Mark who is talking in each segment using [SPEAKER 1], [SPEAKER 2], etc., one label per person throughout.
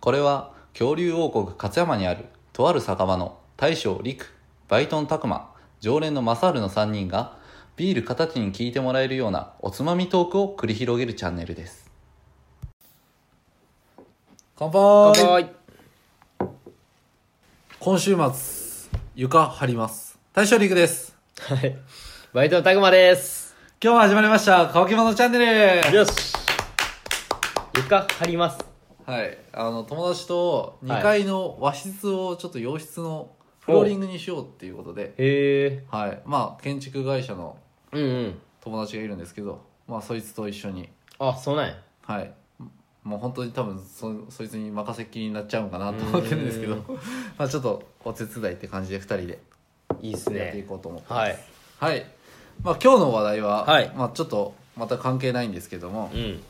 [SPEAKER 1] これは恐竜王国勝山にあるとある酒場の大将陸バイトン拓磨常連のマサールの3人がビール形に聞いてもらえるようなおつまみトークを繰り広げるチャンネルです乾杯
[SPEAKER 2] 乾杯
[SPEAKER 1] 今週末床張ります大将陸です
[SPEAKER 2] はいバイトのたくまです
[SPEAKER 1] 今日も始まりました乾き物チャンネル
[SPEAKER 2] よし床張ります
[SPEAKER 1] はい、あの友達と
[SPEAKER 2] は
[SPEAKER 1] 2
[SPEAKER 2] い
[SPEAKER 1] 階の和室をちょっと洋室のフローリングにしようっていうことで、
[SPEAKER 2] へえ
[SPEAKER 1] はいまあ、建築会社の
[SPEAKER 2] うんうん
[SPEAKER 1] 友達がいるんですけど、まあ、そいつと一緒に、
[SPEAKER 2] あそうなんや
[SPEAKER 1] はい、もう本当に多分そそいつに任せっきりになっちゃうんかなと思ってるんですけど
[SPEAKER 2] う
[SPEAKER 1] まあちょっとお手伝いって感じで2人で
[SPEAKER 2] いいっす
[SPEAKER 1] やってい
[SPEAKER 2] ね
[SPEAKER 1] こうと思ってます、
[SPEAKER 2] はい
[SPEAKER 1] はいまあ、今日の話題は、
[SPEAKER 2] はい
[SPEAKER 1] まあ、ちょっとまた関係ないんですけども、
[SPEAKER 2] うん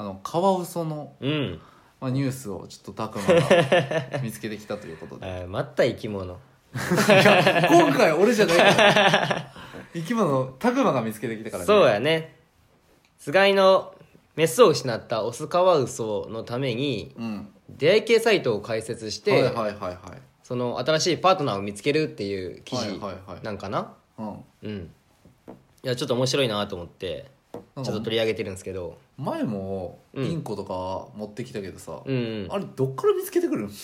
[SPEAKER 1] あのカワウソの、
[SPEAKER 2] うん
[SPEAKER 1] まあ、ニュースをちょっと拓磨 が見つけてきたということで
[SPEAKER 2] あ。ーまた生き物
[SPEAKER 1] 今回俺じゃないから 生き物タクマが見つけてきたからね
[SPEAKER 2] そうやねつがいのメスを失ったオスカワウソのために
[SPEAKER 1] うん
[SPEAKER 2] 出会い系サイトを開設して、
[SPEAKER 1] はいはいはいはい
[SPEAKER 2] その新しいパートナーを見つけるっていう記事
[SPEAKER 1] はいはいはい
[SPEAKER 2] なんかな、
[SPEAKER 1] うん
[SPEAKER 2] うんいやちょっと面白いなと思ってちょ
[SPEAKER 1] なん
[SPEAKER 2] っと
[SPEAKER 1] か
[SPEAKER 2] 取り上げてるんですけど
[SPEAKER 1] 前も
[SPEAKER 2] うん
[SPEAKER 1] インコとか持ってきたけどさ、
[SPEAKER 2] うんうん
[SPEAKER 1] あれどっから見つけてくるの
[SPEAKER 2] 普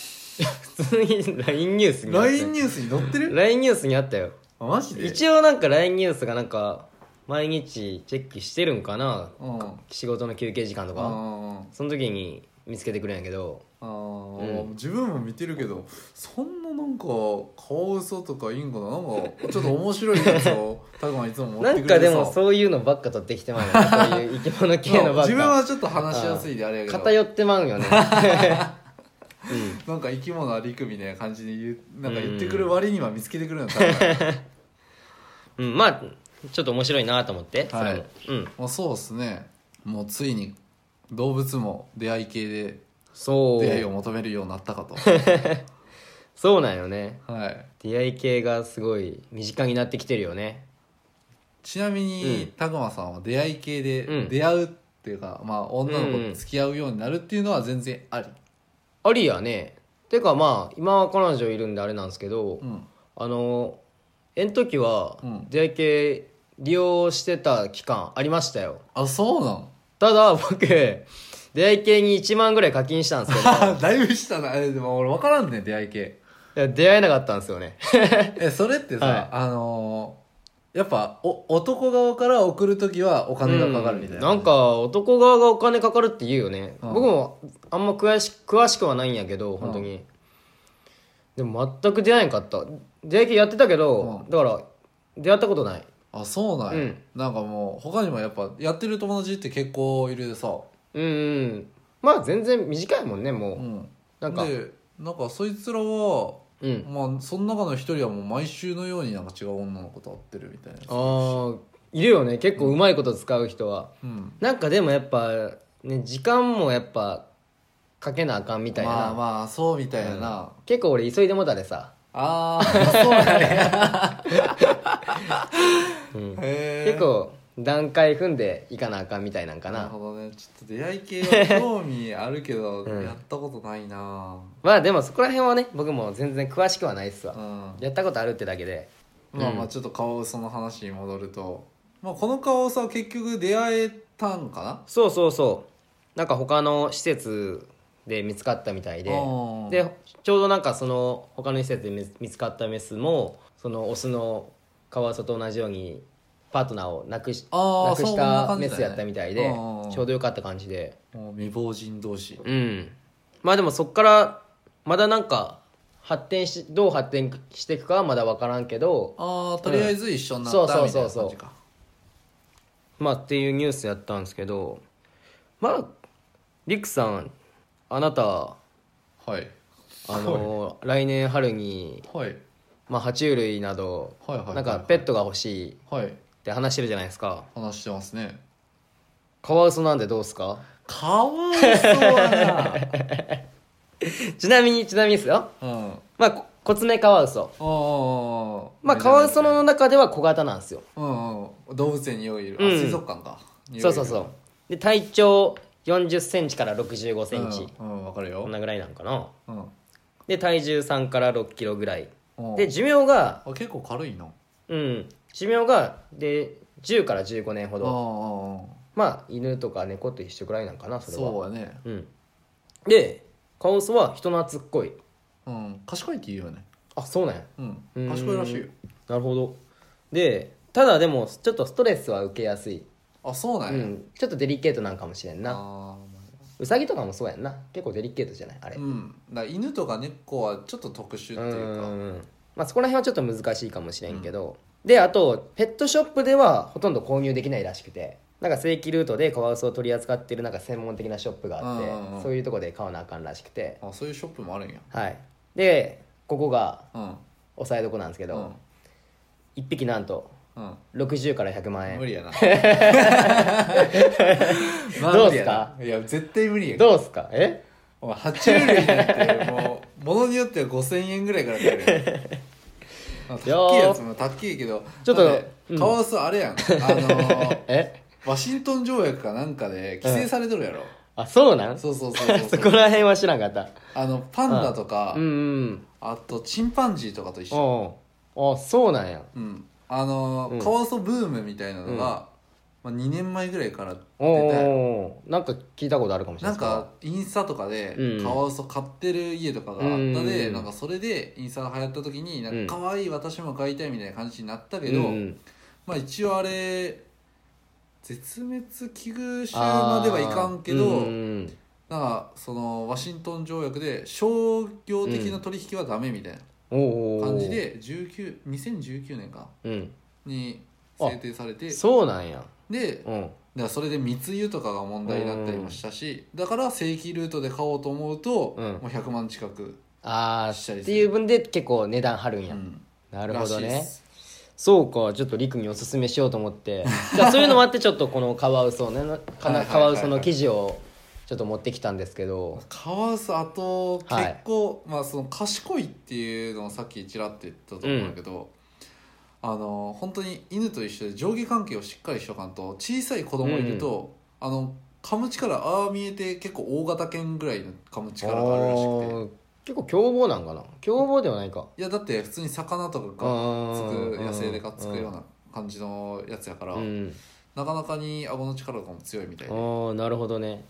[SPEAKER 2] 通に LINE ニュースにあったよ
[SPEAKER 1] LINE ニュースに載ってる
[SPEAKER 2] LINE ニュースにあったよ
[SPEAKER 1] あマジで
[SPEAKER 2] 一応なんか LINE ニュースがなんか毎日チェックしてるんかな
[SPEAKER 1] うん
[SPEAKER 2] 仕事の休憩時間と
[SPEAKER 1] あ
[SPEAKER 2] か
[SPEAKER 1] ー
[SPEAKER 2] その時に見つけてくれんやけど
[SPEAKER 1] あー、
[SPEAKER 2] うん
[SPEAKER 1] 自分も見てるけどそんななんかカワウソとかインコのなんかちょっと面白いやつを タクマいつも持
[SPEAKER 2] な
[SPEAKER 1] って
[SPEAKER 2] ん
[SPEAKER 1] くれ
[SPEAKER 2] か
[SPEAKER 1] て
[SPEAKER 2] で
[SPEAKER 1] さ
[SPEAKER 2] もそういうのばっか取ってきてまうよねそういう生き物系のばっ
[SPEAKER 1] 自分
[SPEAKER 2] か
[SPEAKER 1] はちょっと話しやすいであれやけど
[SPEAKER 2] 偏ってまうよね
[SPEAKER 1] なんか生き物ありくみたいな感じで言うなんか言ってくる割には見つけてくるのだから
[SPEAKER 2] うん、うん、まあちょっと面白いなと思ってそれも、
[SPEAKER 1] はい
[SPEAKER 2] うん
[SPEAKER 1] もうそうですねもうついに動物も出会い系で
[SPEAKER 2] そう
[SPEAKER 1] 出会いを求めるようになったかと
[SPEAKER 2] そうなんよね
[SPEAKER 1] はい
[SPEAKER 2] 出会い系がすごい身近になってきてるよね
[SPEAKER 1] ちなみ
[SPEAKER 2] うん
[SPEAKER 1] にたくまさんは出会い系
[SPEAKER 2] う
[SPEAKER 1] で
[SPEAKER 2] ん
[SPEAKER 1] 出会うっていうか、まあ女の
[SPEAKER 2] う
[SPEAKER 1] 子
[SPEAKER 2] んうん
[SPEAKER 1] と付き合うようになるっていうのは全然あり
[SPEAKER 2] ありやねてかまあ今は彼女いるんであれなんですけど、
[SPEAKER 1] うん
[SPEAKER 2] あのえん時は
[SPEAKER 1] うん
[SPEAKER 2] 出会い系利用してた期間ありましたよ
[SPEAKER 1] あそうな
[SPEAKER 2] ただ僕出会い系に1万ぐらい課金したんですけ ど
[SPEAKER 1] んだいぶしたなえでも俺分からんね出会い 系
[SPEAKER 2] いや出会えなかったんですよね
[SPEAKER 1] えそれってさ、
[SPEAKER 2] はい
[SPEAKER 1] あのーやっぱお男側から送る時はお金がかかるみたいな、
[SPEAKER 2] うんなんか男側がお金かかるって言うよね、
[SPEAKER 1] うん
[SPEAKER 2] 僕もあんま詳し詳しくはないんやけど本当に、でも全く出会えんかった出会い系やってたけど、
[SPEAKER 1] う
[SPEAKER 2] だから出会ったことない
[SPEAKER 1] あそうなんや、
[SPEAKER 2] うん
[SPEAKER 1] なんかもう他にもやっぱやってる友達って結構いるでさ、
[SPEAKER 2] うんうんまあ全然短いもんねもう、
[SPEAKER 1] うん、
[SPEAKER 2] なんか
[SPEAKER 1] でなんかそいつらは、
[SPEAKER 2] うん
[SPEAKER 1] まあその中の一人はもう毎週のようになんか違う女の子と会ってるみたいな
[SPEAKER 2] あーいるよね結構うまいこと使う人は、
[SPEAKER 1] うん
[SPEAKER 2] なんかでもやっぱね時間もやっぱかけなあかんみたいな、
[SPEAKER 1] まあまあそうみたいなな、あ
[SPEAKER 2] 結構俺急いでもたでさ、
[SPEAKER 1] あーそうなんや
[SPEAKER 2] うん
[SPEAKER 1] へえ
[SPEAKER 2] 結構段階踏んでいかなあかんみたいなんか
[SPEAKER 1] な
[SPEAKER 2] な
[SPEAKER 1] るほどねちょっと出会い系は興味あるけど、
[SPEAKER 2] うん
[SPEAKER 1] やったことないな
[SPEAKER 2] まあでもそこら辺はね僕も全然詳しくはないっすわ、
[SPEAKER 1] うん
[SPEAKER 2] やったことあるってだけで
[SPEAKER 1] まあま
[SPEAKER 2] う
[SPEAKER 1] あ
[SPEAKER 2] ん
[SPEAKER 1] ちょっとカワウソの話に戻ると、まあ、このカワウソは結局出会えたんかな
[SPEAKER 2] そうそうそうなんか他の施設で見つかったみたいで
[SPEAKER 1] うん
[SPEAKER 2] でちょうどなんかその他の施設で見見つかったメスもそのオスのカワウソと同じようにパートナーをなくし
[SPEAKER 1] あー
[SPEAKER 2] なく
[SPEAKER 1] そ
[SPEAKER 2] し
[SPEAKER 1] んな
[SPEAKER 2] た
[SPEAKER 1] 感
[SPEAKER 2] メ
[SPEAKER 1] じだね
[SPEAKER 2] スやったみたいで
[SPEAKER 1] うん
[SPEAKER 2] ちょうどよかった感じで
[SPEAKER 1] もう未亡人同士
[SPEAKER 2] うんまあでもそっからまだなんか発展しどう発展していくかはまだ分からんけど
[SPEAKER 1] ああとりあえず一緒になった
[SPEAKER 2] うん
[SPEAKER 1] みたいな
[SPEAKER 2] そうそ
[SPEAKER 1] 感
[SPEAKER 2] うそう
[SPEAKER 1] じ
[SPEAKER 2] そ
[SPEAKER 1] か
[SPEAKER 2] まあっていうニュースやったんですけどまありくさんあなた
[SPEAKER 1] はい
[SPEAKER 2] あの来年春に、
[SPEAKER 1] はい
[SPEAKER 2] まあ、爬虫類など
[SPEAKER 1] はいはいはい
[SPEAKER 2] なんかペットが欲しい
[SPEAKER 1] はい
[SPEAKER 2] って話してるじゃないですか
[SPEAKER 1] 話してますね
[SPEAKER 2] カワウソなんでどうすか
[SPEAKER 1] かわいそうだ
[SPEAKER 2] ちなみにちなみにですよ
[SPEAKER 1] なうんあ
[SPEAKER 2] まあこコツメカワウソ
[SPEAKER 1] あ
[SPEAKER 2] まあカワウソの中では小型なんですよ
[SPEAKER 1] うんうん動物園によいるあ
[SPEAKER 2] うん
[SPEAKER 1] 水族館か
[SPEAKER 2] そうそうそううで体長4 0ンチから6 5ンチ
[SPEAKER 1] うんうんわかるよ
[SPEAKER 2] こんなぐらいなのかな
[SPEAKER 1] うん
[SPEAKER 2] で体重3から6キロぐらい
[SPEAKER 1] うん
[SPEAKER 2] で寿命が
[SPEAKER 1] あ結構軽いな
[SPEAKER 2] うん寿命がで10から15年ほ
[SPEAKER 1] うんう
[SPEAKER 2] ど
[SPEAKER 1] んうん
[SPEAKER 2] まあ犬とか猫と一緒ぐらいなんかなそれは
[SPEAKER 1] そうやね
[SPEAKER 2] うん、でカオスは人懐っこい
[SPEAKER 1] うん賢いって言うよね
[SPEAKER 2] あそうなんや
[SPEAKER 1] うん
[SPEAKER 2] うん
[SPEAKER 1] 賢いらしいよ
[SPEAKER 2] なるほどでただでもちょっとストレスは受けやすい、
[SPEAKER 1] あそうなん
[SPEAKER 2] う
[SPEAKER 1] や
[SPEAKER 2] ん、ちょっとデリケートなんかもしれん
[SPEAKER 1] あー
[SPEAKER 2] な
[SPEAKER 1] ま
[SPEAKER 2] ウサギとかもそうやんな結構デリケートじゃないあ
[SPEAKER 1] あ
[SPEAKER 2] れ
[SPEAKER 1] うんだから犬とか猫はちょっと特殊っていうか
[SPEAKER 2] んまあそこら辺はちょっと難しいかもしれんけど、であとペットショップではほとんど購入できないらしくてなんか正規ルートでカワウソを取り扱ってるなんか専門的なショップがあって、
[SPEAKER 1] うんうんうん
[SPEAKER 2] そういうとこで買わなあかんらしくて
[SPEAKER 1] あそういうショップもあるんや
[SPEAKER 2] はいでここが
[SPEAKER 1] うん
[SPEAKER 2] 押さえどこなんですけ
[SPEAKER 1] う
[SPEAKER 2] ど
[SPEAKER 1] ん、
[SPEAKER 2] 一1匹なんと
[SPEAKER 1] うん
[SPEAKER 2] 60から100万円
[SPEAKER 1] 無理 やな
[SPEAKER 2] どうすか
[SPEAKER 1] いや絶対無理や
[SPEAKER 2] どうっすかえ
[SPEAKER 1] お前爬虫類なんてもう物によっては5000円ぐらいから買えるよあ 高いやつも高いけど
[SPEAKER 2] ちょっと
[SPEAKER 1] だて
[SPEAKER 2] うん
[SPEAKER 1] カワウソあれ やん、あのー
[SPEAKER 2] え
[SPEAKER 1] ワシントン条約かなんかで規制されとるやろ、
[SPEAKER 2] あそうなん そ
[SPEAKER 1] そうそうそうそう
[SPEAKER 2] こら辺は知らんかった
[SPEAKER 1] あのパンダとか、
[SPEAKER 2] うんうん
[SPEAKER 1] あとチンパンジーとかと一緒、
[SPEAKER 2] おうあそうなんや
[SPEAKER 1] うん、あのー
[SPEAKER 2] うん
[SPEAKER 1] カワウソブームみたいなのが、まあ、2年前ぐらいから出
[SPEAKER 2] おうお
[SPEAKER 1] て
[SPEAKER 2] うおうなんか聞いたことあるかもしれ
[SPEAKER 1] な
[SPEAKER 2] ない
[SPEAKER 1] んかインスタとかで
[SPEAKER 2] うん
[SPEAKER 1] カワウソ買ってる家とかがあったで、
[SPEAKER 2] うん
[SPEAKER 1] なんかそれでインスタが流行った時になんか
[SPEAKER 2] う
[SPEAKER 1] 可愛い私も買いたいみたいな感じになったけ
[SPEAKER 2] け
[SPEAKER 1] ど、
[SPEAKER 2] うん
[SPEAKER 1] まあ一応あれ絶滅危惧種まではいかんけど、
[SPEAKER 2] あーうんうん
[SPEAKER 1] なんかそのワシントン条約で商業的な取引はダメみたいな
[SPEAKER 2] おうおうおう
[SPEAKER 1] 感じで19 2019年か
[SPEAKER 2] うん
[SPEAKER 1] に制定されて
[SPEAKER 2] そうなんや
[SPEAKER 1] で
[SPEAKER 2] うん
[SPEAKER 1] だからそれで密輸とかが問題になったりもしたし、だから正規ルートで買おうと思うと、
[SPEAKER 2] うん
[SPEAKER 1] もう100万近く、
[SPEAKER 2] ああ
[SPEAKER 1] したり
[SPEAKER 2] っ
[SPEAKER 1] する
[SPEAKER 2] ていう分で結構値段張るん
[SPEAKER 1] う
[SPEAKER 2] や、
[SPEAKER 1] ん、
[SPEAKER 2] なるほど
[SPEAKER 1] らしいっ
[SPEAKER 2] ね
[SPEAKER 1] す
[SPEAKER 2] そうかちょっとりくにおすすめしようと思ってじゃあそういうのもあってちょっとこのカワ ウソねなか
[SPEAKER 1] はいはいはいは
[SPEAKER 2] ないカワウソの記事をちょっと持ってきたんですけど
[SPEAKER 1] カワウソあと
[SPEAKER 2] はい
[SPEAKER 1] 結構、まあその賢いっていうのをさっきちらって言ったと思うんだけど、あの本当に犬と一緒で上下関係をしっかりしとかんと小さい子供いると、あの噛む力ああ見えて結構大型犬ぐらいの噛む力があるらしくて
[SPEAKER 2] あー結構凶暴なんかな凶暴ではないか
[SPEAKER 1] いやだって普通に魚とかがっつく野生でがっつくような感じのやつやから、
[SPEAKER 2] うん
[SPEAKER 1] なかなかに顎の力とかも強いみたい
[SPEAKER 2] あ
[SPEAKER 1] で
[SPEAKER 2] ーなるほどねだか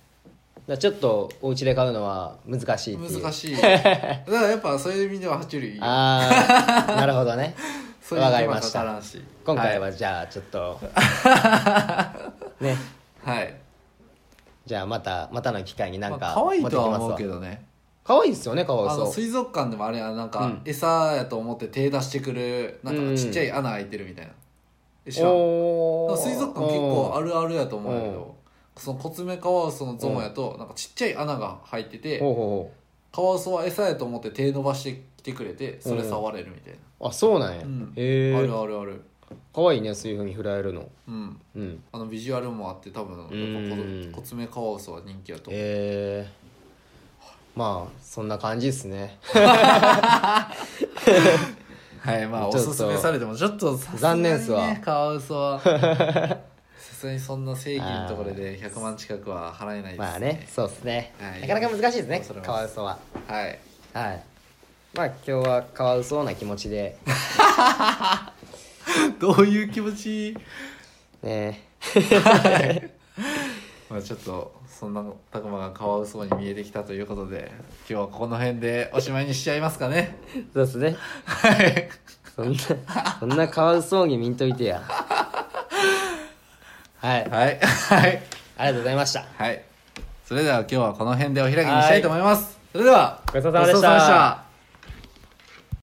[SPEAKER 2] らちょっとお家で買うのは難しいっていう
[SPEAKER 1] 難しいだからやっぱそういう意味では爬虫類
[SPEAKER 2] あ あなるほどね
[SPEAKER 1] そういう
[SPEAKER 2] わか
[SPEAKER 1] 手
[SPEAKER 2] り
[SPEAKER 1] 間
[SPEAKER 2] ま
[SPEAKER 1] か
[SPEAKER 2] した
[SPEAKER 1] からんし
[SPEAKER 2] 今回はじゃあちょっ と、ね
[SPEAKER 1] はい
[SPEAKER 2] じゃあまたまたの機会になん
[SPEAKER 1] まあ
[SPEAKER 2] か
[SPEAKER 1] 可愛い
[SPEAKER 2] 持って
[SPEAKER 1] と
[SPEAKER 2] き
[SPEAKER 1] は
[SPEAKER 2] ます
[SPEAKER 1] 思
[SPEAKER 2] わ
[SPEAKER 1] うけどね
[SPEAKER 2] 可愛いですよねカワ
[SPEAKER 1] あ
[SPEAKER 2] ウ
[SPEAKER 1] の
[SPEAKER 2] ソ
[SPEAKER 1] 水族館でもあれはなん
[SPEAKER 2] う
[SPEAKER 1] か
[SPEAKER 2] ん
[SPEAKER 1] 餌やと思って手出してくるなん
[SPEAKER 2] う
[SPEAKER 1] か
[SPEAKER 2] ん
[SPEAKER 1] ちっちゃい穴開いてるみたいなでしょ
[SPEAKER 2] おー
[SPEAKER 1] 水族館結構あるあるやと思うんだけ
[SPEAKER 2] うん
[SPEAKER 1] どそのコツメカワウソのゾーンやとなんかちっちゃい穴が入って
[SPEAKER 2] ほう
[SPEAKER 1] て
[SPEAKER 2] ほ
[SPEAKER 1] カワウソは餌やと思って手伸ばしてきてくれてそれ触れるみたいう
[SPEAKER 2] ほうあそうなんや、
[SPEAKER 1] うん
[SPEAKER 2] へ
[SPEAKER 1] なあ
[SPEAKER 2] え
[SPEAKER 1] るあるある
[SPEAKER 2] 可愛いねそういうふうに振られるの
[SPEAKER 1] うん
[SPEAKER 2] うん
[SPEAKER 1] あのビジュアルもあって多分や
[SPEAKER 2] う
[SPEAKER 1] っ
[SPEAKER 2] ん
[SPEAKER 1] ぱコツメカワウソは人気やと思う
[SPEAKER 2] ええまあそんな感じですね
[SPEAKER 1] はいまあお
[SPEAKER 2] ちょっと
[SPEAKER 1] すすめされてもちょっとさすがにね
[SPEAKER 2] 残念っすわ
[SPEAKER 1] カワウソは さすがにそんな正規のところで100万近くは払えないです、
[SPEAKER 2] まあねそうですね、
[SPEAKER 1] はい
[SPEAKER 2] なかなか難しいですね
[SPEAKER 1] 恐れます
[SPEAKER 2] カワウソは
[SPEAKER 1] はい
[SPEAKER 2] はいまあ今日はカワウソな気持ち で
[SPEAKER 1] どういう気持ち
[SPEAKER 2] ね
[SPEAKER 1] まあちょっとそんなたくまがカワウソに見えてきたということで今日はこの辺でおしまいにしちゃいますかね
[SPEAKER 2] そうですね
[SPEAKER 1] はい
[SPEAKER 2] そんなそんなカワウソに見んといて やはいあり
[SPEAKER 1] はいはい
[SPEAKER 2] がとうございました
[SPEAKER 1] はいそれでは今日はこの辺でお開きにしたいと思いますそれでは
[SPEAKER 2] ごちそうさまでした